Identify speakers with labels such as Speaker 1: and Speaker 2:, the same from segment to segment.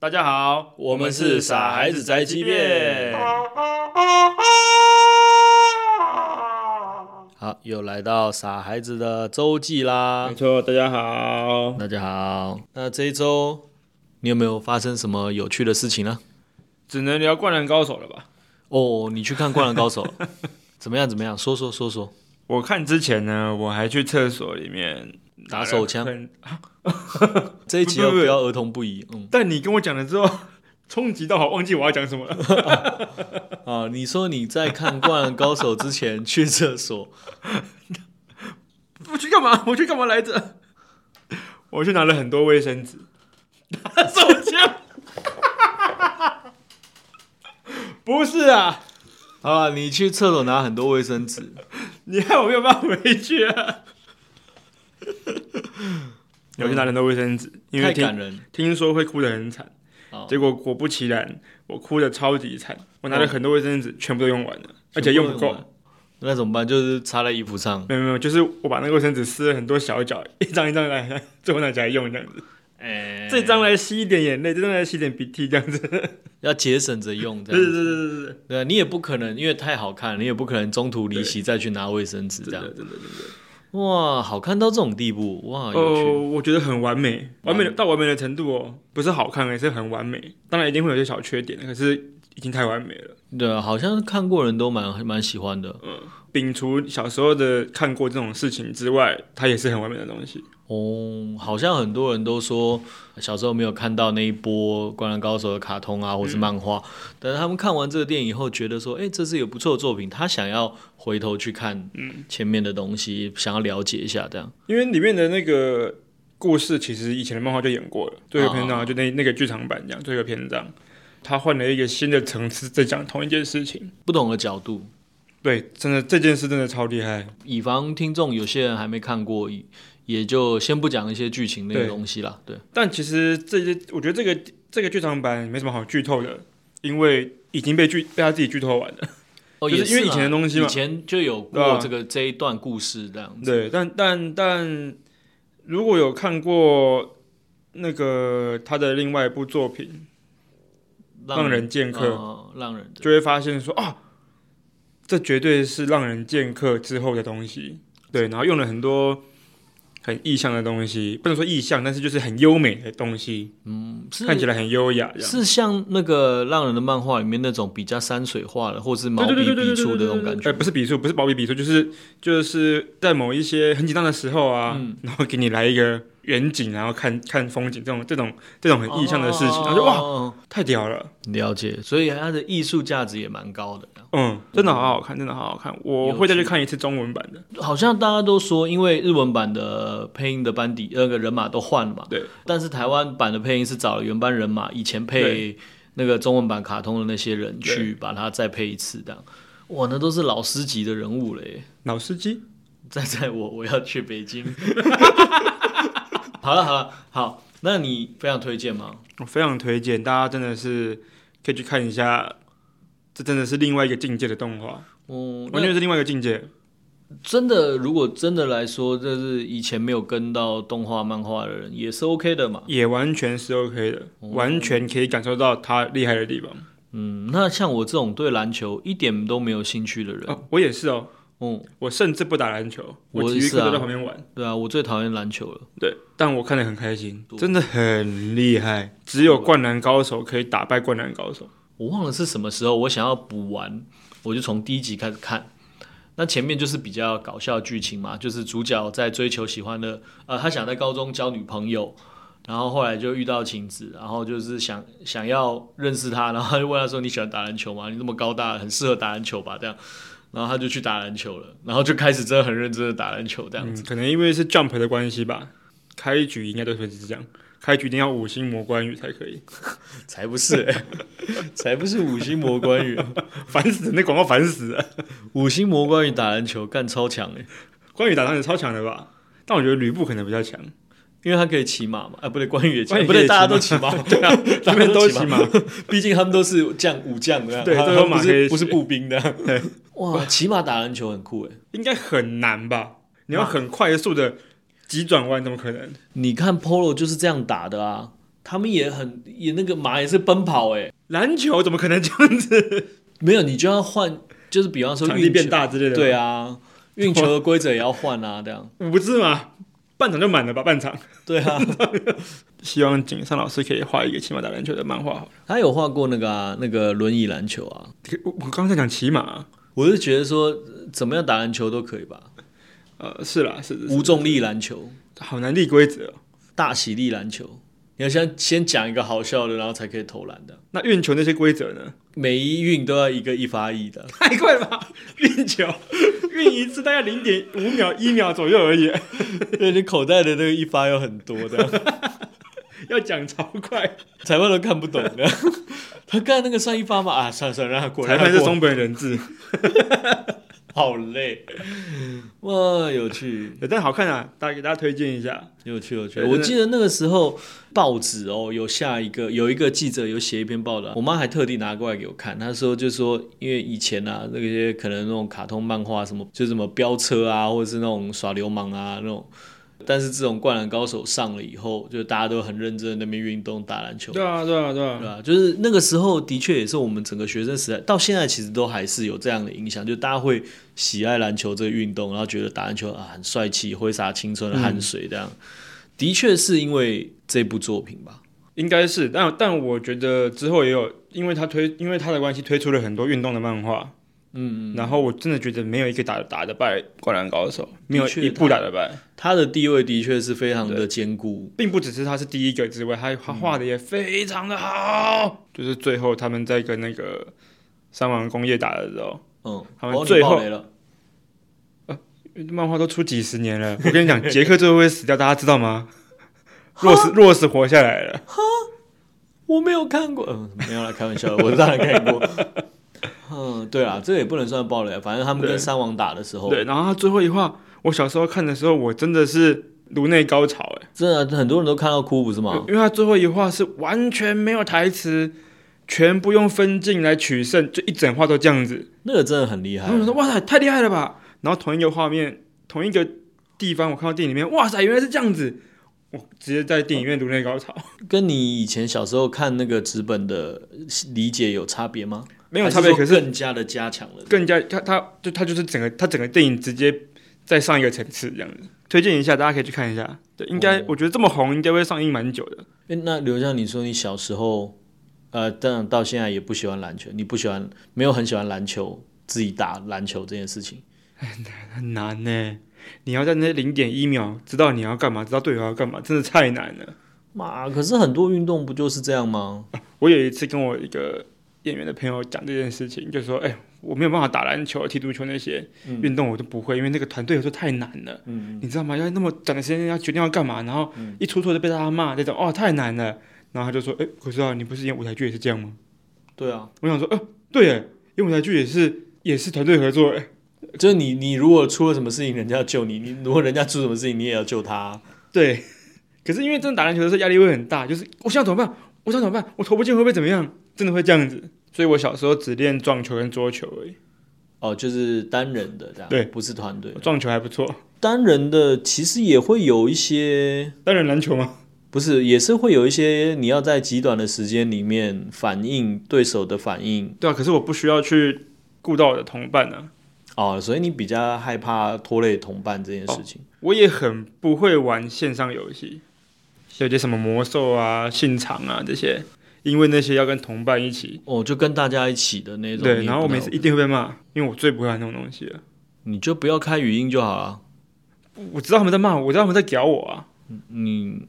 Speaker 1: 大家好，
Speaker 2: 我们是傻孩子宅急便。好，又来到傻孩子的周记啦
Speaker 1: 没。错，大家好。
Speaker 2: 大家好，那这一周你有没有发生什么有趣的事情呢？
Speaker 1: 只能聊《灌篮高手》了吧？
Speaker 2: 哦，你去看《灌篮高 手》了，怎么样？怎么样？说说说说。
Speaker 1: 我看之前呢，我还去厕所里面
Speaker 2: 打手枪
Speaker 1: 拿了喷
Speaker 2: 这一集要不要儿童不宜？嗯
Speaker 1: 但你跟我讲了之后，冲击到我忘记我要讲什么 了。
Speaker 2: 啊，你说你在看《灌篮高手》之前去 厕所，
Speaker 1: 我去干嘛？我去干嘛来着？我去拿了很多卫生纸，打手枪。 不是啊，
Speaker 2: 好了，你去厕所拿很多卫生纸，
Speaker 1: 你看我没有办法回去 啊。我去拿了很多卫生纸，因为
Speaker 2: 太
Speaker 1: 听
Speaker 2: 感人。
Speaker 1: 听说会哭得很惨
Speaker 2: 哦，
Speaker 1: 结果果不其然，我哭得超级惨，我拿了很多卫生纸，哦全部都用完了，而且用不够。。
Speaker 2: 那怎么办？就是擦在衣服上。
Speaker 1: 没有没有，就是我把那个卫生纸撕了很多小角，一张一张来，最后拿起来用这样子。
Speaker 2: 哎
Speaker 1: 这张来吸一点眼泪，这张来吸一点鼻涕，这样子。
Speaker 2: 要节省着用，这
Speaker 1: 对
Speaker 2: 样
Speaker 1: 对
Speaker 2: 子。
Speaker 1: 对对对
Speaker 2: 对啊，你也不可能因为太好看了，你也不可能中途离席再去拿卫生纸
Speaker 1: 对，
Speaker 2: 这样。
Speaker 1: 对对对。
Speaker 2: 哇，好看到这种地步，哇，有趣。
Speaker 1: 哦，我觉得很完美，完美
Speaker 2: 完
Speaker 1: 的到完美的程度哦，不是好看，而是很完美。当然一定会有些小缺点，可是已经太完美了。
Speaker 2: 对啊，好像看过人都蛮蛮喜欢的。
Speaker 1: 摒除小时候的看过这种事情之外，它也是很完美的东西。
Speaker 2: 哦，好像很多人都说小时候没有看到那一波《灌篮高手》的卡通啊，
Speaker 1: 嗯
Speaker 2: 或是漫画，但是他们看完这个电影以后，觉得说，哎、这是一个不错的作品，他想要回头去看
Speaker 1: 嗯
Speaker 2: 前面的东西，想要了解一下这样。
Speaker 1: 因为里面的那个故事，其实以前的漫画就演过了，最后一个篇章就那那个剧场版这样，最后一个篇章，他换了一个新的层次在讲同一件事情。
Speaker 2: 不同的角度，
Speaker 1: 对，真的这件事真的超厉害。
Speaker 2: 以防听众有些人还没看过，也也就先不讲一些剧情类的
Speaker 1: 对
Speaker 2: 东西啦。对，
Speaker 1: 但其实这些，我觉得这个这个剧场版没什么好剧透的，因为已经被剧被他自己剧透完了。
Speaker 2: 哦，
Speaker 1: 就是
Speaker 2: 也
Speaker 1: 因为
Speaker 2: 是
Speaker 1: 以前的
Speaker 2: 啦
Speaker 1: 东西嘛
Speaker 2: 以前就有
Speaker 1: 对啊
Speaker 2: 过这个这一段故事这样子。
Speaker 1: 对，但但但如果有看过那个他的另外一部作品《浪人剑客》，
Speaker 2: 哦浪人的
Speaker 1: 就会发现说啊，这绝对是让人剑客之后的东西。对，然后用了很多很意象的东西，不能说意象，但是就是很优美的东西，
Speaker 2: 嗯是
Speaker 1: 看起来很优雅这样。
Speaker 2: 是像那个浪人的漫画里面那种比较山水画的，或是毛
Speaker 1: 对
Speaker 2: 笔
Speaker 1: 对对对
Speaker 2: 笔
Speaker 1: 对
Speaker 2: 触的
Speaker 1: 对
Speaker 2: 那种感
Speaker 1: 哎、
Speaker 2: 觉。
Speaker 1: 不是笔触，不是毛笔笔触，就是就是在某一些很紧张的时候啊，然后给你来一个远景，然后看看风景，这种这种这种很意象的事情，然后就哇，
Speaker 2: 哇，
Speaker 1: 太屌了，
Speaker 2: 了解，所以它的艺术价值也蛮高的。
Speaker 1: 嗯，真的好好看，真的好好看，我
Speaker 2: 有
Speaker 1: 会再去
Speaker 2: 趣
Speaker 1: 看一次中文版的，
Speaker 2: 好像大家都说，因为日文版的配音的班底呃那个人马都换了嘛，
Speaker 1: 对，
Speaker 2: 但是台湾版的配音是找了原班人马，以前配那个中文版卡通的那些人
Speaker 1: 对
Speaker 2: 去把它再配一次，这样，哇，那都是老师级的人物了 耶。
Speaker 1: 老司机，
Speaker 2: 再载我，我要去北京。 好了好了好，那你非常推荐吗？
Speaker 1: 我非常推荐大家，真的是可以去看一下，这真的是另外一个境界的动画，
Speaker 2: 嗯，
Speaker 1: 完
Speaker 2: 那
Speaker 1: 全是另外一个境界。
Speaker 2: 真的，如果真的来说，就是以前没有跟到动画、漫画的人也是 OK 的嘛。
Speaker 1: 也完全是 OK 的，
Speaker 2: 哦
Speaker 1: 完全可以感受到他厉害的地方。
Speaker 2: 嗯，那像我这种对篮球一点都没有兴趣的人，
Speaker 1: 哦，我也是哦，
Speaker 2: 嗯，
Speaker 1: 我甚至不打篮球，
Speaker 2: 我
Speaker 1: 我体
Speaker 2: 也
Speaker 1: 育
Speaker 2: 是
Speaker 1: 课
Speaker 2: 啊
Speaker 1: 都在旁边玩。
Speaker 2: 对啊，我最讨厌篮球了。
Speaker 1: 对，但我看得很开心，
Speaker 2: 对
Speaker 1: 真的很厉害。只有灌篮高手可以打败灌篮高手。
Speaker 2: 我忘了是什么时候，我想要补完，我就从第一集开始看。那前面就是比较搞笑的剧情嘛，就是主角在追求喜欢的，呃，他想在高中交女朋友，然后后来就遇到晴子，然后就是想想要认识她，然后他就问她说：“你喜欢打篮球吗？你这么高大，很适合打篮球吧？”这样，然后他就去打篮球了，然后就开始真的很认真的打篮球这样。
Speaker 1: 嗯，可能因为是 Jump 的关系吧，开局应该都会是这样。开局一定要五星魔关羽才可以，
Speaker 2: 才不是、 欸，才不是五星魔关羽，
Speaker 1: 烦死！那广告烦死了。
Speaker 2: 五星魔关羽打篮球干超强哎、
Speaker 1: 关羽打篮球超强的吧？但我觉得吕布可能比较强，
Speaker 2: 因为他可以骑马嘛，啊，不对，关羽也骑
Speaker 1: 关羽也
Speaker 2: 马，不对，
Speaker 1: 骑马
Speaker 2: 大家都骑马， 对啊，
Speaker 1: 他
Speaker 2: 大
Speaker 1: 们
Speaker 2: 家
Speaker 1: 都骑
Speaker 2: 骑
Speaker 1: 马，，
Speaker 2: 毕竟他们都是将武将的，
Speaker 1: 对
Speaker 2: 他
Speaker 1: 都
Speaker 2: 他
Speaker 1: 有
Speaker 2: 们
Speaker 1: 马
Speaker 2: 不
Speaker 1: 可以骑
Speaker 2: 是不是步兵的。啊哇，骑马打篮球很酷欸诶！
Speaker 1: 应该很难吧？你要很快速的急转弯，怎么可能？
Speaker 2: 你看 Polo 就是这样打的啊，他们也很也那个马也是奔跑哎、
Speaker 1: 篮球怎么可能这样子？
Speaker 2: 没有你就要换，就是比方说
Speaker 1: 场
Speaker 2: 运
Speaker 1: 地
Speaker 2: 球
Speaker 1: 变大之类的。
Speaker 2: 对，啊，运球的规则也要换啊，这样
Speaker 1: 五字嘛，半场就满了吧？半场。
Speaker 2: 对 啊，
Speaker 1: 希望景山老师可以画一个骑马打篮球的漫画好了。
Speaker 2: 他有画过那个啊那个轮椅篮球啊，
Speaker 1: 我我刚才讲骑马、
Speaker 2: 我是觉得说呃怎么样打篮球都可以吧，
Speaker 1: 呃，是啦，是是
Speaker 2: 无重力篮球、
Speaker 1: 好难立规则哦。
Speaker 2: 大喜力篮球，你要先先讲一个好笑的，然后才可以投篮的，
Speaker 1: 那运球那些规则呢？
Speaker 2: 每一运都要一个一发一的。
Speaker 1: 太快了吧！运球运一次大概零点五秒、一秒左右而已，
Speaker 2: 对你口袋的那个一发有很多的，
Speaker 1: 要讲超快。
Speaker 2: 裁判都看不懂 的。他刚才那个算一发吗？啊，算了算了，让他过，
Speaker 1: 裁
Speaker 2: 让他
Speaker 1: 判是
Speaker 2: 过
Speaker 1: 松本人质，
Speaker 2: 好累。哇，有趣，
Speaker 1: 对但好看啊，大家给大家推荐一下。
Speaker 2: 有趣，有趣。
Speaker 1: 对
Speaker 2: 我
Speaker 1: 真的
Speaker 2: 记得那个时候报纸哦，有下一个有一个记者有写一篇报道，我妈还特地拿过来给我看。她说就说，因为以前啊，那些可能那种卡通漫画什么，就什么飙车啊，或者是那种耍流氓啊那种。但是自从《灌篮高手》上了以后，就大家都很认真地那边运动打篮球，
Speaker 1: 对啊，对啊，对啊
Speaker 2: 对啊，就是那个时候的确也是我们整个学生时代到现在，其实都还是有这样的影响，就大家会喜爱篮球这个运动，然后觉得打篮球啊很帅气，挥洒青春的汗水这样。的确是因为这部作品吧，
Speaker 1: 应该是，但但我觉得之后也有，因为他推，因为他的关系推出了很多运动的漫画，嗯，然后我真的觉得没有一个打打得败《灌篮高手》，没有
Speaker 2: 的确
Speaker 1: 一部打得败，
Speaker 2: 他的地位的确是非常的坚固。
Speaker 1: 并不只是他是第一个之外，他他画的也非常的好，就是最后他们在跟那个三王工业打的时候，
Speaker 2: 嗯，
Speaker 1: 他们
Speaker 2: 哦你
Speaker 1: 最后
Speaker 2: 爆雷了，
Speaker 1: 漫画都出几十年了，我跟你讲，杰克最后会死掉，大家知道 吗？若是若是活下来了，
Speaker 2: 我没有看过，嗯，没有啦，开玩笑的，我当然看过。 嗯，对啦，这也不能算爆雷，啊反正他们跟
Speaker 1: 对
Speaker 2: 三王打的时候，
Speaker 1: 对，然后他最后一画，我小时候看的时候，我真的是颅内高潮、哎。
Speaker 2: 真的很多人都看到哭，不是吗？
Speaker 1: 因为他最后一话是完全没有台词，全部用分镜来取胜，就一整话都这样子。
Speaker 2: 那个真的很厉害啊
Speaker 1: 然后。我说：“哇塞，太厉害了吧！”然后同一个画面，同一个地方，我看到电影里面，哇塞，原来是这样子。我直接在电影院颅内 高潮，
Speaker 2: 跟你以前小时候看那个纸本的理解有差别吗？
Speaker 1: 没有差别。
Speaker 2: 还
Speaker 1: 可
Speaker 2: 是说
Speaker 1: 是
Speaker 2: 更加的加强了。
Speaker 1: 更加他他就他就是整个他整个电影直接再上一个层次这样子。推荐一下，大家可以去看一下。对，应该、
Speaker 2: 哦
Speaker 1: 我觉得这么红，应该会上映蛮久的。
Speaker 2: 诶那刘江，你说你小时候，呃，当然到现在也不喜欢篮球，你不喜欢，没有很喜欢篮球，自己打篮球这件事情，
Speaker 1: 很难呢、你要在那零点一秒知道你要干嘛，知道队友要干嘛，真的太难了。
Speaker 2: 嘛？可是很多运动不就是这样吗？
Speaker 1: 我有一次跟我一个演员的朋友讲这件事情，就说：“哎、我没有办法打篮球、踢足球那些运动，我都不会，因为那个团队合作太难了，你知道吗？要那么短的时间要决定要干嘛，然后一出错就被大家骂，那种哦太难了。”然后他就说：“哎、可是啊，你不是演舞台剧也是这样吗
Speaker 2: 对啊，？”
Speaker 1: 我想说：“呃，对耶，演舞台剧也是也是团队合作耶，
Speaker 2: 就是你，你如果出了什么事情，人家要救你；你如果人家出什么事情，你也要救他。
Speaker 1: 对。 可是因为真的打篮球的时候压力会很大，就是我想怎么办？我想怎么办？我投不进会不会怎么样？真的会这样子。所以我小时候只练撞球跟桌球而已，
Speaker 2: 哦，就是单人的这样，
Speaker 1: 对
Speaker 2: 不是团队。
Speaker 1: 撞球还不错。
Speaker 2: 单人的其实也会有一些
Speaker 1: 当然篮球嘛。”
Speaker 2: 不是，也是会有一些你要在极短的时间里面反应对手的反应
Speaker 1: 对啊，可是我不需要去顾到我的同伴啊，
Speaker 2: 哦，所以你比较害怕拖累同伴这件
Speaker 1: 哦
Speaker 2: 事情。
Speaker 1: 我也很不会玩线上游戏，有些什么魔兽啊、信长啊这些，因为那些要跟同伴一起。
Speaker 2: 哦，就跟大家一起的那种。
Speaker 1: 对，
Speaker 2: 你
Speaker 1: 然后我
Speaker 2: 不能
Speaker 1: 每次一定会被骂，因为我最不会玩那种东西了。
Speaker 2: 你就不要开语音就好了。
Speaker 1: 我知道他们在骂我，我知道他们在屌我啊！
Speaker 2: 你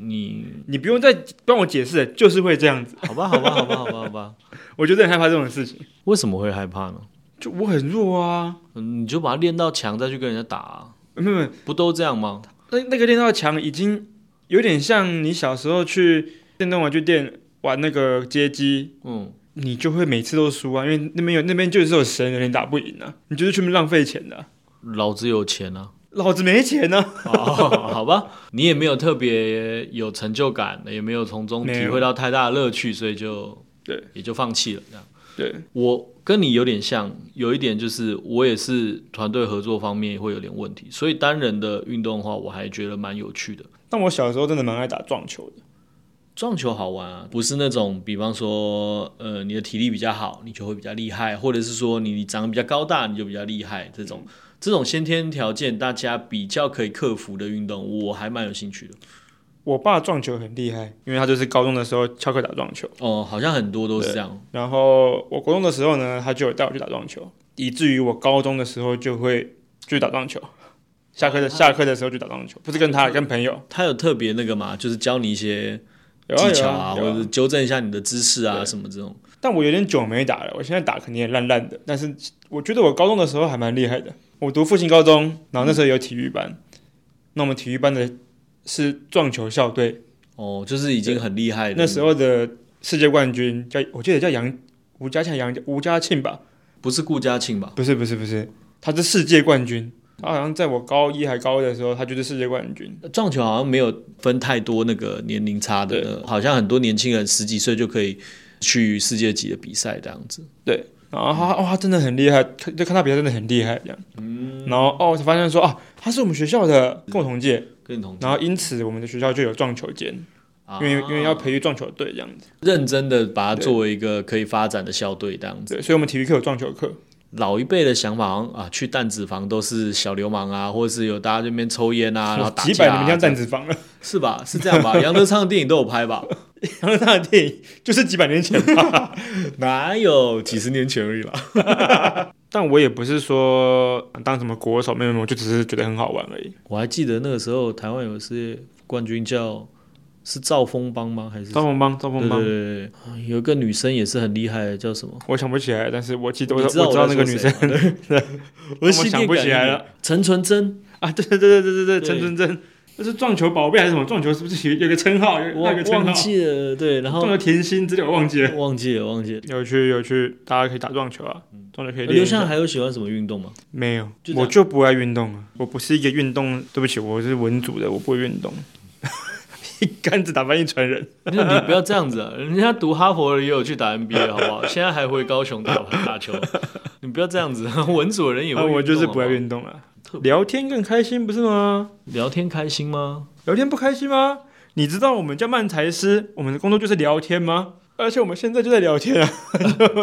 Speaker 2: 你
Speaker 1: 你不用再帮我解释，就是会这样子。
Speaker 2: 好吧，好吧，好吧，好吧，好吧。
Speaker 1: 我就很害怕这种事情，
Speaker 2: 为什么会害怕呢？
Speaker 1: 就我很弱啊，
Speaker 2: 嗯你就把它练到强再去跟人家打、啊，
Speaker 1: 没有没有，
Speaker 2: 不都这样吗？
Speaker 1: 那那个练到墙已经有点像你小时候去电动玩具店玩那个街机，
Speaker 2: 嗯，
Speaker 1: 你就会每次都输啊，因为那边有那边就是有神人，你打不赢啊，你就是去那边浪费钱的啊、
Speaker 2: 老子有钱啊。
Speaker 1: 老子没钱呢、啊，
Speaker 2: 哦， 好吧，你也没有特别有成就感，也没有从中
Speaker 1: 没
Speaker 2: 体
Speaker 1: 有
Speaker 2: 会到太大的乐趣，所以就
Speaker 1: 对，
Speaker 2: 也就放弃了。这样，
Speaker 1: 对，
Speaker 2: 我跟你有点像，有一点就是我也是团队合作方面会有点问题，所以单人的运动的话，我还觉得蛮有趣的。
Speaker 1: 但我小时候真的蛮爱打撞球的，
Speaker 2: 撞球好玩啊，不是那种比方说，呃，你的体力比较好，你就会比较厉害，或者是说你你长得比较高大，你就比较厉害这种。这种先天条件大家比较可以克服的运动，我还蛮有兴趣的。
Speaker 1: 我爸撞球很厉害，因为他就是高中的时候翘课打撞球，
Speaker 2: 哦，好像很多都是这样。
Speaker 1: 然后我国中的时候呢，他就有带我去打撞球，以至于我高中的时候就会去打撞球，下课的下课的时候去打撞球，不是跟他，跟朋友。
Speaker 2: 他有特别那个嘛，就是教你一些
Speaker 1: 有
Speaker 2: 技
Speaker 1: 有
Speaker 2: 巧
Speaker 1: 啊，有
Speaker 2: 或者是纠正一下你的姿势啊
Speaker 1: 对
Speaker 2: 什么这种。
Speaker 1: 但我有点久没打了，我现在打肯定也烂烂的。但是我觉得我高中的时候还蛮厉害的。我读复兴高中，然后那时候有体育班，那我们体育班的是撞球校队，
Speaker 2: 哦，就是已经很厉害的。
Speaker 1: 那时候的世界冠军叫我记得叫杨吴家强杨吴家庆吧？
Speaker 2: 不是顾家庆吧？
Speaker 1: 不是不是不是，他是世界冠军。他好像在我高一还高二的时候，他就是世界冠军。
Speaker 2: 撞球好像没有分太多那个年龄差的，
Speaker 1: 对
Speaker 2: 呃好像很多年轻人十几岁就可以去世界级的比赛这样子。
Speaker 1: 然后他哦，他真的很厉害，看就看他比赛真的很厉害这样。
Speaker 2: 嗯
Speaker 1: 然后哦，我才发现说啊，他是我们学校的，跟我同届。
Speaker 2: 跟你同啊
Speaker 1: 然后因此我们的学校就有撞球间，因为、因为要培育撞球队这样子，
Speaker 2: 认真的把它作为一个可以发展的校队这样子。
Speaker 1: 对，所以我们体育课有撞球课，
Speaker 2: 老一辈的想法好像啊，去弹子房都是小流氓啊，或者是有大家这边抽烟啊，然后打
Speaker 1: 哦几
Speaker 2: 架、
Speaker 1: 百年
Speaker 2: 啊
Speaker 1: 没，看弹子房了，
Speaker 2: 是吧？是这样 吧？杨德昌的电影都有拍吧？
Speaker 1: 然后他的电影就是几百年 前吧。
Speaker 2: 哪有几十年前而已啦。
Speaker 1: 但我也不是说当什么国手，没有没有，我就只是觉得很好玩而已。
Speaker 2: 我还记得那个时候台湾有个世界冠军叫是赵峰邦吗？还是
Speaker 1: 赵鹏邦，赵鹏
Speaker 2: 对对
Speaker 1: 邦，
Speaker 2: 对，对啊有一个女生也是很厉害的，叫什么？
Speaker 1: 我想不起来，但是我记得我
Speaker 2: 你
Speaker 1: 我
Speaker 2: 知道
Speaker 1: 知道那个女生
Speaker 2: 生，我
Speaker 1: 我
Speaker 2: 心
Speaker 1: 想不起来了。
Speaker 2: 陈纯真，
Speaker 1: 啊，对对对对对对，
Speaker 2: 对
Speaker 1: 陈真真，那是撞球宝贝还是什么？撞球是不是有有个称号？有
Speaker 2: 我
Speaker 1: 那个称号
Speaker 2: 忘，记了，对，然后
Speaker 1: 撞球甜心之类，我忘记了。
Speaker 2: 忘记了，忘记了。
Speaker 1: 有趣有趣，大家可以打撞球啊，撞球可以练
Speaker 2: 刘
Speaker 1: 一下
Speaker 2: 向。还有喜欢什么运动吗？
Speaker 1: 没有
Speaker 2: 就，这样
Speaker 1: 我就不爱运动啊！我不是一个运动，对不起，我是文组的，我不会运动。 一竿子打翻一船人，
Speaker 2: 那你不要这样子啊！人家读哈佛的也有去打 NBA，好不 好？现在还回高雄打打球，你不要这样子。文组的人也会
Speaker 1: 啊
Speaker 2: 运动、
Speaker 1: 我就是不爱
Speaker 2: 好
Speaker 1: 运动啊
Speaker 2: 特。
Speaker 1: 聊天更开心不是吗？
Speaker 2: 不好聊天开心吗？
Speaker 1: 聊天不开心吗？你知道我们叫漫才师，我们的工作就是聊天吗？而且我们现在就在聊天啊，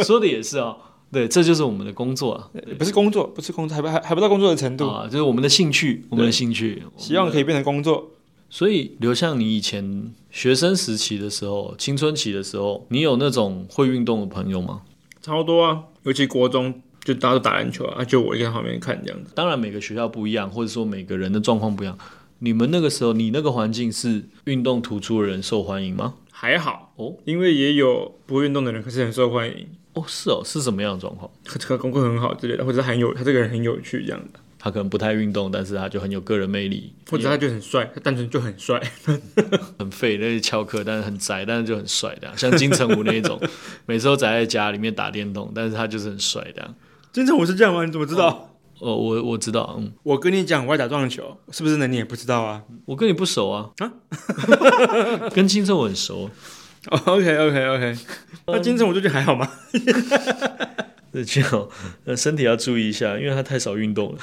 Speaker 2: 说的也是哦，对，这就是我们的工作啊，
Speaker 1: 不是工作，不是工作，还不还还不到工作的程度，
Speaker 2: 啊，就是我们的兴趣，我们的兴趣。
Speaker 1: 希望可以变成工作。
Speaker 2: 所以刘向，你以前学生时期的时候，青春期的时候，你有那种会运动的朋友吗？
Speaker 1: 超多啊，尤其国中就大家都打篮球啊，就我一个人旁边看这样子。
Speaker 2: 当然每个学校不一样，或者说每个人的状况不一样。你们那个时候，你那个环境是运动突出的人受欢迎吗？
Speaker 1: 还好
Speaker 2: 哦，
Speaker 1: 因为也有不会运动的人，可是很受欢迎。
Speaker 2: 哦，是哦，是什么样的状况？
Speaker 1: 这个功课很好之类的，或者他很有他这个人很有趣这样的，
Speaker 2: 他可能不太运动，但是他就很有个人魅力，
Speaker 1: 或者他就很帅，他单纯就很 帅。
Speaker 2: 很废，那些翘课，但是很宅，但是就很帅的，像金城武那一 种，每次都宅在家里面打电动，但是他就是很帅的。
Speaker 1: 经常我是这样吗？你怎么知道？
Speaker 2: 哦，我我知道，嗯，
Speaker 1: 我跟你讲，我爱打撞球，是不是呢？你也不知道啊。
Speaker 2: 我跟你不熟啊， 跟金城武很熟，
Speaker 1: OK OK OK，那 金城我最近还好 吗？
Speaker 2: 这就呃身体要注意一下，因为他太少运动了。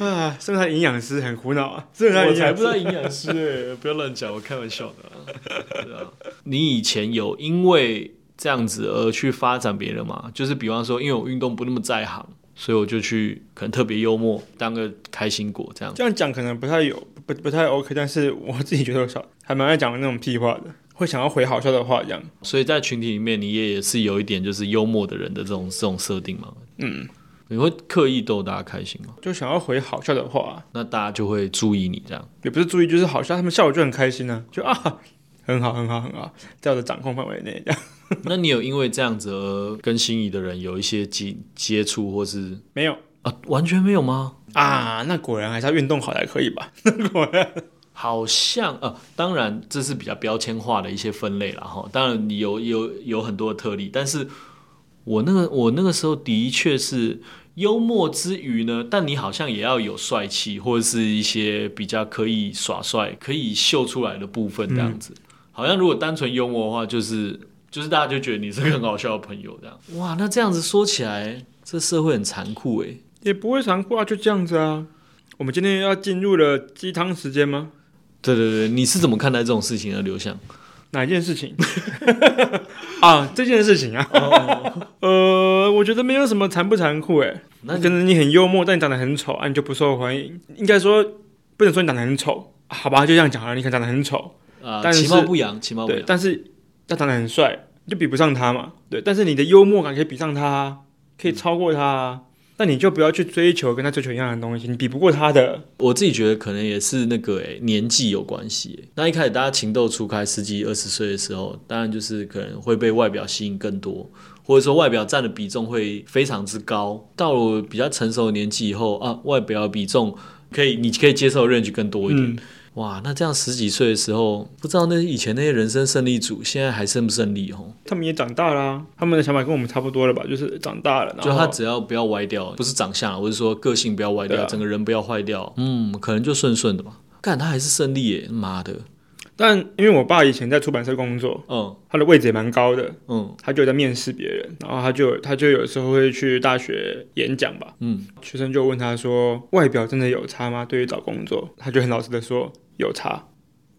Speaker 1: 啊，是不是他营养师很苦恼啊？是不是他
Speaker 2: 我
Speaker 1: 营
Speaker 2: 才
Speaker 1: 养
Speaker 2: 不
Speaker 1: 师？
Speaker 2: 当营养师哎、不要乱讲，我开玩笑的、啊。对啊， 你以前有因为这样子而去发展别人吗？就是比方说，因为我运动不那么在行，所以我就去可能特别幽默，当个开心果这样。
Speaker 1: 这样讲可能不太有不不太 OK，但是我自己觉得我小还蛮爱讲那种屁话的，会想要回好笑的话这样。
Speaker 2: 所以在群体里面，你也也是有一点就是幽默的人的这种这种设定嘛。
Speaker 1: 嗯，
Speaker 2: 你会刻意逗大家开心吗？
Speaker 1: 就想要回好笑的话，
Speaker 2: 那大家就会注意你这样。
Speaker 1: 也不是注意，就是好笑，他们笑我就很开心啊，就啊，很好很好很好，在我的掌控范围内这样。
Speaker 2: 那你有因为这样子而跟心仪的人有一些接接触，或是
Speaker 1: 没有。
Speaker 2: 啊完全没有吗？
Speaker 1: 啊，那果然还是要运动好才可以吧？
Speaker 2: 好像呃，当然这是比较标签化的一些分类了哈。当然你有有有很多的特例，但是我那个我那个时候的确是幽默之余呢，但你好像也要有帅气或者是一些比较可以耍帅、可以秀出来的部分这样子。
Speaker 1: 嗯
Speaker 2: 好像如果单纯幽默的话，就是就是大家就觉得你是个很好笑的朋友这样。哇，那这样子说起来，这社会很残酷欸诶、
Speaker 1: 也不会常挂，就这样子啊。我们今天要进入了鸡汤时间吗？
Speaker 2: 对对对，你是怎么看待这种事情的？刘翔，
Speaker 1: 哪一件事情 啊？这件事情啊， 呃，我觉得没有什么残不残酷、欸，
Speaker 2: 哦那
Speaker 1: 哎，
Speaker 2: 你
Speaker 1: 可能你很幽默，但你长得很丑啊，你就不受欢迎。应该说不能说你长得很丑，好吧，就这样讲好了，你可能长得很丑，
Speaker 2: 啊、
Speaker 1: 但是
Speaker 2: 其貌不扬，其貌不
Speaker 1: 对，
Speaker 2: 扬，
Speaker 1: 但是他长得很帅，就比不上他嘛。对，但是你的幽默感可以比上他啊，可以超过他啊。那你就不要去追求跟他追求一样的东西，你比不过他的。
Speaker 2: 我自己觉得可能也是那个诶、年纪有关系诶、那一开始大家情窦初开，十几二十岁的时候，当然就是可能会被外表吸引更多，或者说外表占的比重会非常之高。到了我比较成熟的年纪以后啊，外表比重可以，你可以接受的 range 更多一点。
Speaker 1: 嗯，
Speaker 2: 哇，那这样十几岁的时候，不知道那以前那些人生胜利组现在还胜不胜利哦？
Speaker 1: 他们也长大啦、他们的想法跟我们差不多了吧？就是长大了，然
Speaker 2: 就他
Speaker 1: 后
Speaker 2: 只要不要歪掉，不是长相啊，我是说个性不要歪掉，
Speaker 1: 对啊
Speaker 2: 整个人不要坏掉，嗯，可能就顺顺的吧。干，他还是胜利耶，妈的，
Speaker 1: 但因为我爸以前在出版社工作，
Speaker 2: 嗯
Speaker 1: 他的位置也蛮高的，
Speaker 2: 嗯
Speaker 1: 他就有在面试别人，然后他就他就有时候会去大学演讲吧，
Speaker 2: 嗯，
Speaker 1: 学生就问他说，外表真的有差吗？对于找工作，他就很老实的说有差。啊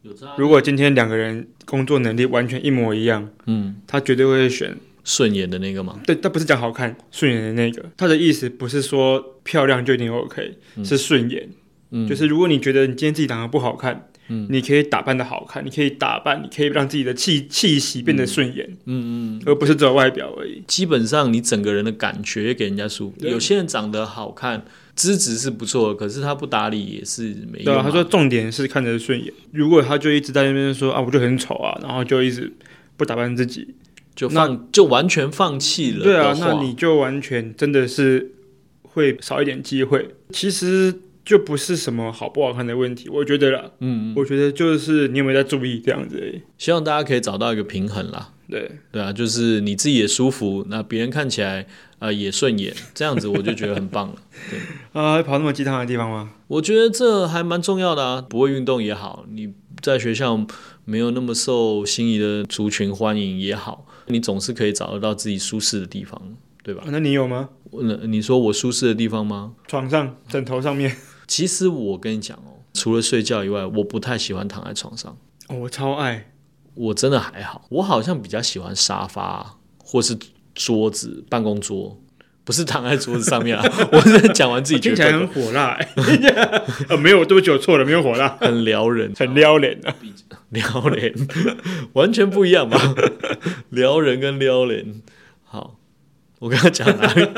Speaker 2: 有这
Speaker 1: 如果今天两个人工作能力完全一模一样，
Speaker 2: 嗯
Speaker 1: 他绝对会选
Speaker 2: 顺眼的那个嘛，
Speaker 1: 对，但不是讲好看顺眼的那个。他的意思不是说漂亮就一定 OK，、是顺眼。
Speaker 2: 嗯，
Speaker 1: 就是如果你觉得你今天自己长得不好看，
Speaker 2: 嗯
Speaker 1: 你可以打扮的好看，你可以打扮，你可以让自己的气气息变得顺眼，
Speaker 2: 嗯嗯。
Speaker 1: 而不是只有外表而已。
Speaker 2: 基本上你整个人的感觉也给人家舒服。
Speaker 1: 对
Speaker 2: 有些人长得好看，资质是不错的，可是他不打理也是没
Speaker 1: 对
Speaker 2: 用、
Speaker 1: 啊，他说，重点是看着顺眼。如果他就一直在那边说啊，我就很丑啊，然后就一直不打扮自己，
Speaker 2: 就放就完全放弃了
Speaker 1: 对啊
Speaker 2: 的，话。
Speaker 1: 那你就完全真的是会少一点机会。其实就不是什么好不好看的问题，我觉得啦，
Speaker 2: 嗯，嗯
Speaker 1: 我觉得就是你有没有在注意这样子而已。
Speaker 2: 希望大家可以找到一个平衡啦。
Speaker 1: 对，
Speaker 2: 对啊，就是你自己也舒服，那别人看起来呃也顺眼，这样子我就觉得很棒了。
Speaker 1: 啊、跑那么鸡汤的地方吗？
Speaker 2: 我觉得这还蛮重要的啊，不会运动也好，你在学校没有那么受心仪的族群欢迎也好，你总是可以找得到自己舒适的地方，对吧
Speaker 1: 啊？那你有吗？
Speaker 2: 我你说我舒适的地方吗？
Speaker 1: 床上、枕头上面，
Speaker 2: 其实我跟你讲哦，除了睡觉以外，我不太喜欢躺在床上，
Speaker 1: 哦、我超爱。
Speaker 2: 我真的还好，我好像比较喜欢沙发、或是桌子、办公桌。不是躺在桌子上 面啊！我真的讲完自己觉
Speaker 1: 啊听
Speaker 2: 得
Speaker 1: 起来很火辣、欸， 呃，没有，对不起，我错了，没有火辣，
Speaker 2: 很撩人，
Speaker 1: 很撩脸啊。
Speaker 2: 撩人， 完全不一样吧？ 撩人跟撩人，好，我刚刚讲哪里？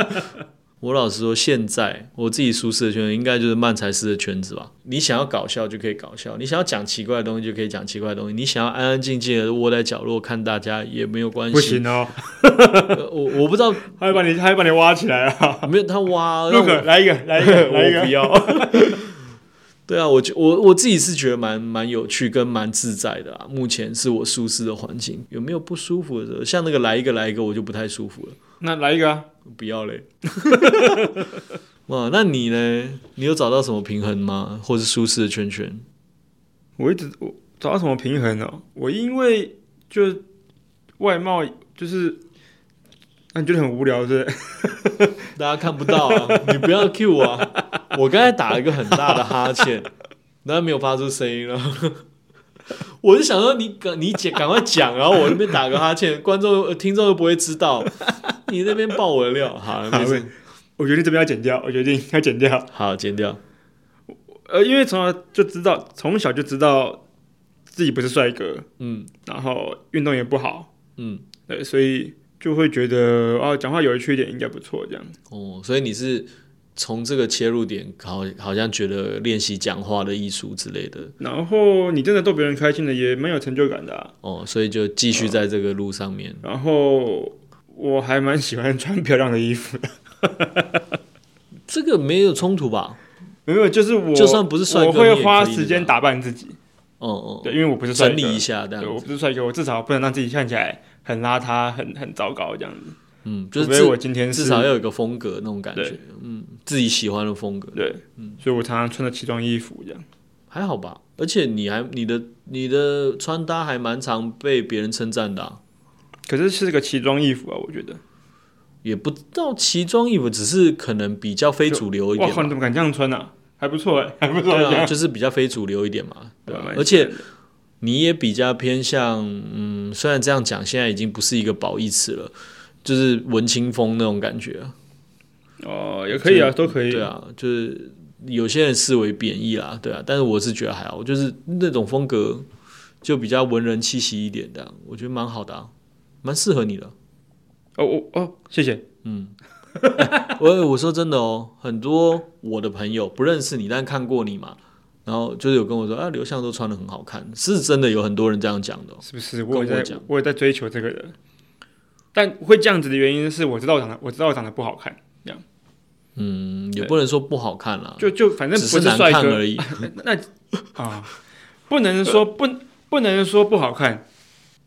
Speaker 2: 我老实说，现在我自己舒适的圈子应该就是慢才师的圈子吧。你想要搞笑就可以搞笑，你想要讲奇怪的东西就可以讲奇怪的东西，你想要安安静静的窝在角落看大家也没有关
Speaker 1: 不
Speaker 2: 系。
Speaker 1: 行哦，
Speaker 2: 呃我我不知道，
Speaker 1: 他会把你，他会把你挖起来 啊。
Speaker 2: 没有他 挖，
Speaker 1: 陆可，来一个，来一个，来一
Speaker 2: 我
Speaker 1: 个
Speaker 2: 不。要。 对啊，我觉我我自己是觉得蛮蛮有趣跟蛮自在的啊。目前是我舒适的环境，有没有不舒服的时候？像那个来一个来一个，我就不太舒服了，
Speaker 1: 那来一个啊！
Speaker 2: 不要嘞。 哇，那你呢？你有找到什么平衡吗？或是舒适的圈圈？
Speaker 1: 我一直我找到什么平衡呢、我因为就外貌就是，那、你觉得很无聊是不是？
Speaker 2: 大家看不到啊， 你不要 cue 我啊！我刚才打了一个很大的哈欠，然后没有发出声音了。 我就想说你赶你姐赶快讲，然后我那边打个哈欠， 观众呃听众又不会知道， 你那边爆我的料，好，啊没事，
Speaker 1: 我决定这边要剪掉，我决定要剪 掉。
Speaker 2: 好剪掉。
Speaker 1: 呃，因为从小就知道，从小就知道自己不是帅哥，
Speaker 2: 嗯
Speaker 1: 然后运动也不好，
Speaker 2: 嗯，
Speaker 1: 对，所以就会觉得啊，讲话有趣一点应该不错这样。
Speaker 2: 哦，所以你是从这个切入点，好好像觉得练习讲话的艺术之类的
Speaker 1: 然后你真的逗别人开心的，也蛮有成就感的、啊。
Speaker 2: 哦，所以就继续在这个路上面。
Speaker 1: 然后我还蛮喜欢穿漂亮的衣服的，
Speaker 2: 这个没有冲突吧？
Speaker 1: 没有，就是我
Speaker 2: 就算不是帅哥
Speaker 1: 我
Speaker 2: 你也
Speaker 1: 会
Speaker 2: 可以
Speaker 1: 花
Speaker 2: 的
Speaker 1: 时间
Speaker 2: 吧
Speaker 1: 打扮自己。
Speaker 2: 哦哦，
Speaker 1: 对，因为我不是帅哥，
Speaker 2: 整理一下这样
Speaker 1: 对，
Speaker 2: 子
Speaker 1: 我不是帅哥，我至少不能让自己看起来很邋遢、很很糟糕这样子。
Speaker 2: 嗯，就是
Speaker 1: 除非
Speaker 2: 自
Speaker 1: 我今天是
Speaker 2: 至少要有一个风格那种感觉
Speaker 1: 对，
Speaker 2: 嗯，自己喜欢的风格，
Speaker 1: 对，
Speaker 2: 嗯
Speaker 1: 所以我常常穿着奇装异服这样。
Speaker 2: 还好吧。而且你还你的你的穿搭还蛮常被别人称赞的啊、
Speaker 1: 可是是个奇装异服啊，我觉得。
Speaker 2: 也不到奇装异服，只是可能比较非主流一
Speaker 1: 哇
Speaker 2: 点
Speaker 1: 靠，
Speaker 2: 吧。
Speaker 1: 你怎么敢这样穿呢、啊？还不错哎，还不错
Speaker 2: 对
Speaker 1: 哎，
Speaker 2: 啊，就是比较非主流一点嘛，对吧、
Speaker 1: 啊蛮
Speaker 2: 而且你也比较偏向，嗯，虽然这样讲，现在已经不是一个褒义词了，就是文青风那种感觉啊。
Speaker 1: 哦，也可以啊，
Speaker 2: 就
Speaker 1: 都可以
Speaker 2: 对。啊，就是有些人视为贬义啦，对啊，但是我是觉得还好，就是那种风格就比较文人气息一点的啊，我觉得蛮好的、啊，蛮适合你的。
Speaker 1: 哦，我哦，谢谢。
Speaker 2: 我我说真的哦，很多我的朋友不认识你，但看过你嘛，然后就是有跟我说啊，刘向都穿的很好看，是真的有很多人这样讲的哦、
Speaker 1: 是不是？
Speaker 2: 跟
Speaker 1: 我也
Speaker 2: 我
Speaker 1: 在
Speaker 2: 讲，
Speaker 1: 我也在追求这个人，但会这样子的原因是我知道我长得，我知道我长得不好看，
Speaker 2: 嗯，也
Speaker 1: 对
Speaker 2: 不能说不好看啦，
Speaker 1: 就就反正
Speaker 2: 只
Speaker 1: 不是
Speaker 2: 难
Speaker 1: 帅
Speaker 2: 看
Speaker 1: 哥
Speaker 2: 而 已。
Speaker 1: 啊，不能说不不能说不好看，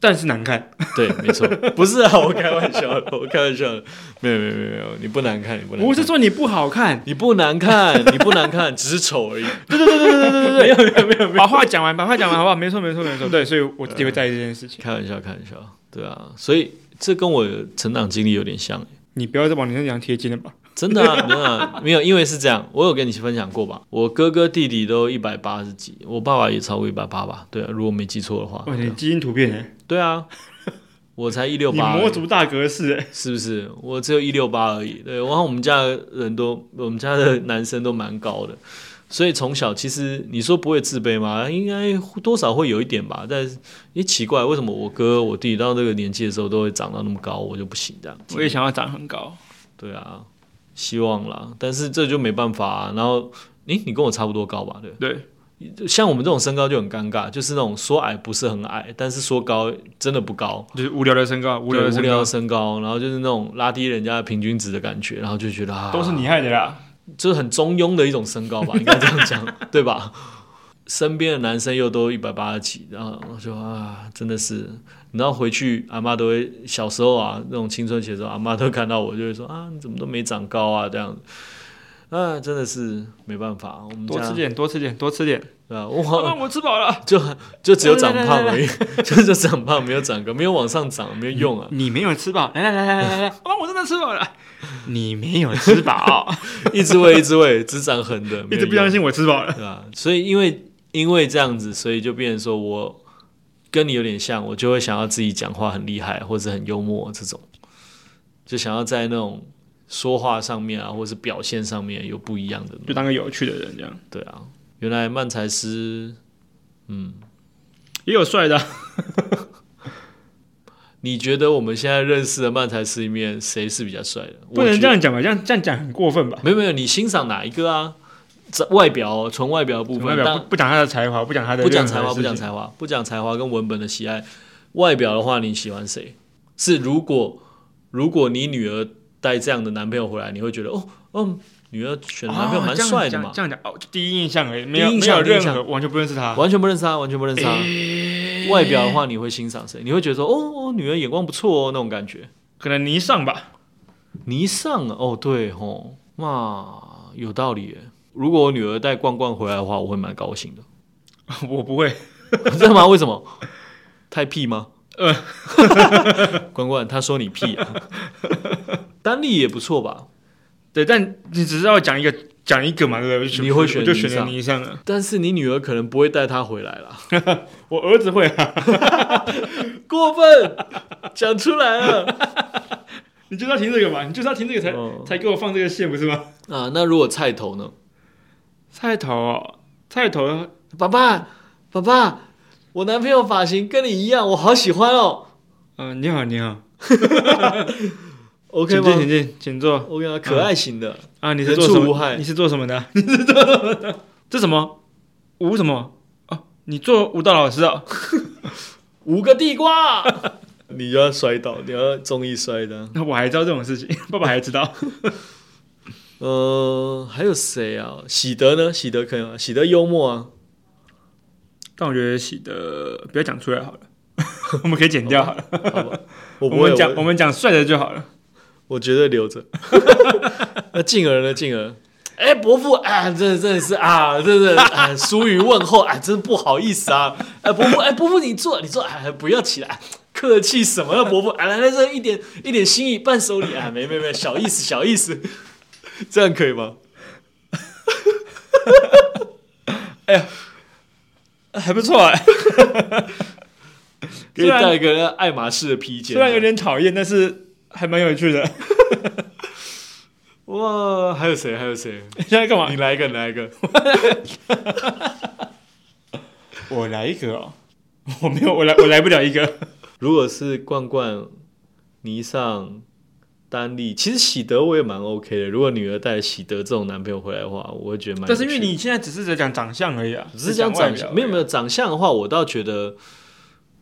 Speaker 1: 但是难看。
Speaker 2: 对，没错，不是啊，我开玩笑的，我开玩笑的，没有没有没有没有，你不难看，你不难看，
Speaker 1: 我是说你不好看，
Speaker 2: 你不难看，你不难看，只是丑而已。
Speaker 1: 把话讲完，把话讲完好不好？没错没错没错，对，所以我自己会在意这件事情。
Speaker 2: 开玩笑，开玩笑，对啊，所以这跟我成长经历有点像。
Speaker 1: 你不要再往你身上贴金了吧？
Speaker 2: 真的啊，真的啊、没有，因为是这样，我有跟你分享过吧？我哥哥弟弟都一百八十几，我爸爸也超过一百八吧？对啊，如果没记错的话，
Speaker 1: 哇，你基因突变哎，
Speaker 2: 对啊，我才一六
Speaker 1: 你
Speaker 2: 八，
Speaker 1: 魔族大格式哎，
Speaker 2: 是不是？我只有一六八而已。对，然后我们家的人都，我们家的男生都蛮高的，所以从小其实你说不会自卑吗？应该多少会有一点吧。但是也奇怪，为什么我哥我弟到这个年纪的时候都会长到那么高，我就不行这样？
Speaker 1: 我也想要长很高。
Speaker 2: 对啊，希望啦，但是这就没办法、啊。然后，诶，你跟我差不多高吧？对，
Speaker 1: 对，
Speaker 2: 像我们这种身高就很尴尬，就是那种说矮不是很矮，但是说高真的不高，
Speaker 1: 就是无聊的身高，无聊的
Speaker 2: 对无
Speaker 1: 身
Speaker 2: 聊
Speaker 1: 高
Speaker 2: 的，身高，然后就是那种拉低人家的平均值的感觉，然后就觉得啊，
Speaker 1: 都是你害的啦。
Speaker 2: 就是很中庸的一种身 高吧，应该这样讲，对吧？身边的男生又都一百八十几，然后我就啊，真的是，然后回去阿妈都会，小时候啊，那种青春期的时候，阿妈都看到我就会说啊，你怎么都没长高啊，这样子，啊，真的是没办法，我们
Speaker 1: 多吃
Speaker 2: 家
Speaker 1: 点，多吃点，多吃点。
Speaker 2: 对啊，我
Speaker 1: 妈
Speaker 2: 好
Speaker 1: 妈，我吃饱了。
Speaker 2: 就就只有长
Speaker 1: 来来来
Speaker 2: 胖
Speaker 1: 来
Speaker 2: 而已， 就就长胖，没有长高，没有往上涨，没有用啊，
Speaker 1: 你没有吃饱，来来来来来 来，妈妈，我真的吃饱了。你没有吃 饱，
Speaker 2: 一直喂一直喂，只长横的，没
Speaker 1: 一直
Speaker 2: 有
Speaker 1: 不
Speaker 2: 用啊
Speaker 1: 相信我吃饱了。
Speaker 2: 对啊，所以因为因为这样子，所以就变成说我跟你有点像，我就会想要自己讲话很厉害，或者很幽默这种，就想要在那种说话上面啊，或是表现上面有不一样的那种。
Speaker 1: 就当个有趣的人这样，
Speaker 2: 对啊，原来曼才师，嗯
Speaker 1: 也有帅的啊、
Speaker 2: 你觉得我们现在认识的曼才师里面，谁是比较帅的？
Speaker 1: 不
Speaker 2: 我
Speaker 1: 能
Speaker 2: 觉
Speaker 1: 这样讲吧？这样这样讲很过分吧？
Speaker 2: 没有没有，你欣赏哪一个啊？这外表哦纯外表的部
Speaker 1: 我
Speaker 2: 分，
Speaker 1: 们代表
Speaker 2: 但
Speaker 1: 不不讲他的才华，不讲他的
Speaker 2: 不讲
Speaker 1: 任何
Speaker 2: 才华，不讲
Speaker 1: 事情
Speaker 2: 才华，不讲才华跟文本的喜爱。外表的话，你喜欢谁？是如果如果你女儿带这样的男朋友回来，你会觉得哦，嗯，女儿选的男朋友
Speaker 1: 哦
Speaker 2: 蛮
Speaker 1: 这样
Speaker 2: 帅的
Speaker 1: 讲
Speaker 2: 嘛？
Speaker 1: 这样讲哦，就第一印象而已，没有
Speaker 2: 第一印
Speaker 1: 没
Speaker 2: 象
Speaker 1: 有
Speaker 2: 第一印
Speaker 1: 任何
Speaker 2: 象
Speaker 1: 完全不认识他。
Speaker 2: 完全不认识啊他，完全不认识他。外表的话，你会欣赏谁？你会觉得说，哦，哦女儿眼光不错哦，那种感觉。
Speaker 1: 可能泥上吧，
Speaker 2: 泥上啊哦，对吼，嘛有道理耶。如果我女儿带罐罐回来的话，我会蛮高兴的。
Speaker 1: 我不会。
Speaker 2: 真的吗？为什么？太屁吗？呃， 关关，他说你屁啊。丹丽也不错吧，
Speaker 1: 对，但你只是要讲一个讲一个嘛，对不对？我就
Speaker 2: 你会选
Speaker 1: 我就
Speaker 2: 泥
Speaker 1: 选了
Speaker 2: 上
Speaker 1: 泥上了。
Speaker 2: 但是你女儿可能不会带她回来啦。
Speaker 1: 我儿子会啊，
Speaker 2: 过分，讲出来了。
Speaker 1: 你就是要听这个嘛，你就是要听这个才、
Speaker 2: 哦
Speaker 1: 才给我放这个线不是吗？
Speaker 2: 啊，那如果菜头呢？
Speaker 1: 菜头、
Speaker 2: 啊
Speaker 1: 哦，菜头
Speaker 2: 爸爸，爸爸，我男朋友发型跟你一样，我好喜欢哦。
Speaker 1: 嗯、你好，你好
Speaker 2: OK
Speaker 1: 请进，
Speaker 2: 吗
Speaker 1: 请进，请坐。
Speaker 2: ？OK 啊，可爱型的，
Speaker 1: 啊，你是
Speaker 2: 人
Speaker 1: 做
Speaker 2: 畜
Speaker 1: 什
Speaker 2: 无
Speaker 1: 么？
Speaker 2: 害
Speaker 1: 你是做什么 的？你是做什么的？ 这什么？舞什么？哦，你做舞蹈老师啊？
Speaker 2: 五个地瓜， 你就要摔倒，你要中意摔的。
Speaker 1: 那我还知道这种事情，爸爸还知道。
Speaker 2: 呃，还有谁啊？喜德呢？喜德可以吗？喜德幽默啊。
Speaker 1: 但我觉得洗的不要讲出来好了， 我们可以剪掉好了。
Speaker 2: 好吧，
Speaker 1: 哦 我
Speaker 2: 我不会
Speaker 1: 们讲我们讲帅的就好了。
Speaker 2: 我绝对留着。那静儿呢？静儿，哎、伯父啊，这真的是啊，真的啊，疏于问候啊，真不好意思啊。哎、伯父，哎、伯父，你坐，你坐，哎、不要起来，客气什么了，伯父？啊，来来，这一点一点心意，伴手礼啊，没没没，小意思，小意思，这样可以吗？
Speaker 1: 还不错、 哎，
Speaker 2: 可以带一个爱马仕的披肩啊
Speaker 1: 虽然有
Speaker 2: 的。
Speaker 1: 点讨厌，但是还蛮有趣的。
Speaker 2: 哇，还有谁？还有谁？
Speaker 1: 现在干嘛
Speaker 2: 你？来一个，你来一个。
Speaker 1: 我来一个哦，我没有，我来，我来不了一个。
Speaker 2: 如果是罐罐、尼桑、丹利，其实喜德我也蛮 OK 的。如果女儿带喜德这种男朋友回来的话，我会觉得蛮有
Speaker 1: 但
Speaker 2: 趣
Speaker 1: 是
Speaker 2: 的。
Speaker 1: 因为你现在只是在讲长相而已啊，
Speaker 2: 只是讲长相，没有没
Speaker 1: 有。
Speaker 2: 有长相的话，我倒觉得，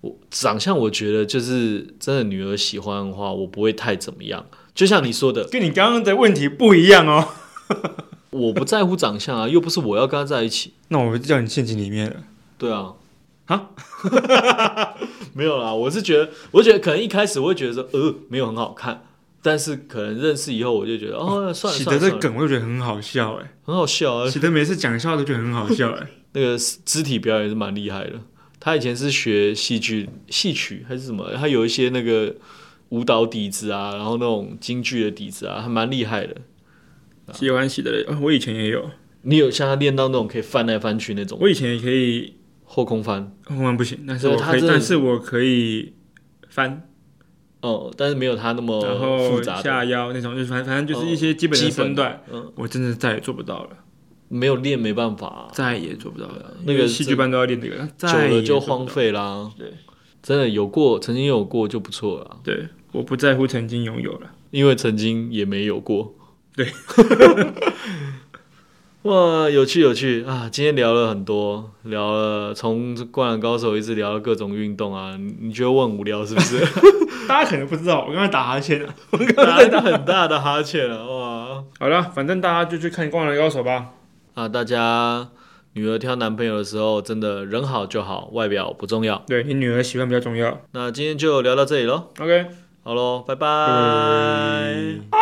Speaker 2: 我长相我觉得就是真的女儿喜欢的话，我不会太怎么样。就像你说的，
Speaker 1: 跟你刚刚的问题不一样哦。
Speaker 2: 我不在乎长相啊，又不是我要跟她在一起。
Speaker 1: 那我就叫你陷阱里面了。
Speaker 2: 对啊，
Speaker 1: 啊，
Speaker 2: 没有啦，我是觉得，我觉得可能一开始我会觉得说，呃，没有很好看，但是可能认识以后，我就觉得，哦，算了
Speaker 1: 喜
Speaker 2: 算
Speaker 1: 德
Speaker 2: 了
Speaker 1: 这
Speaker 2: 算了，
Speaker 1: 梗我就觉得很好笑哎、
Speaker 2: 很好笑啊，
Speaker 1: 喜德每次讲笑都觉得很好笑 哎、
Speaker 2: 那个肢体表演是蛮厉害的。他以前是学戏剧、戏曲还是什么？他有一些那个舞蹈底子啊，然后那种京剧的底子啊，还蛮厉害的。
Speaker 1: 喜欢喜德、哦，我以前也有，
Speaker 2: 你有像他练到那种可以翻来翻去那种
Speaker 1: 我以前也可以，
Speaker 2: 后空翻
Speaker 1: 后面不行，但是
Speaker 2: 对
Speaker 1: 我
Speaker 2: 他
Speaker 1: 可以，
Speaker 2: 真的
Speaker 1: 但是我可以翻，
Speaker 2: 哦，但是没有他那么
Speaker 1: 然
Speaker 2: 复
Speaker 1: 后
Speaker 2: 杂的
Speaker 1: 下腰那种，就是反反正就是一些基本
Speaker 2: 基
Speaker 1: 的
Speaker 2: 本
Speaker 1: 身段，
Speaker 2: 的，嗯，
Speaker 1: 我真的再也做不到了，
Speaker 2: 没有练没办法啊、
Speaker 1: 再也做不到了。
Speaker 2: 那
Speaker 1: 因
Speaker 2: 个
Speaker 1: 为戏剧班都要练这个，
Speaker 2: 久
Speaker 1: 再
Speaker 2: 了
Speaker 1: 也
Speaker 2: 就
Speaker 1: 做不到
Speaker 2: 荒。废啦。
Speaker 1: 对，
Speaker 2: 真的有过，曾经有过就不错了啊，
Speaker 1: 对，我不在乎曾经拥有了。
Speaker 2: 因为曾经也没有过。
Speaker 1: 对，
Speaker 2: 哇，有趣有趣啊！今天聊了很多，聊了从《灌篮高手》一直聊到各种运动啊，你你觉得我很无聊是不是？
Speaker 1: 大家可能不知道，我刚才打哈欠了。
Speaker 2: 打了一个很大的哈欠了哇！
Speaker 1: 好了，反正大家就去看《灌篮高手》吧。
Speaker 2: 啊，大家女儿挑男朋友的时候，真的人好就好，外表不重要。
Speaker 1: 对你女儿喜欢比较重要。
Speaker 2: 那今天就聊到这里喽，
Speaker 1: OK，
Speaker 2: 好喽，拜
Speaker 1: 拜
Speaker 2: 拜。
Speaker 1: 拜。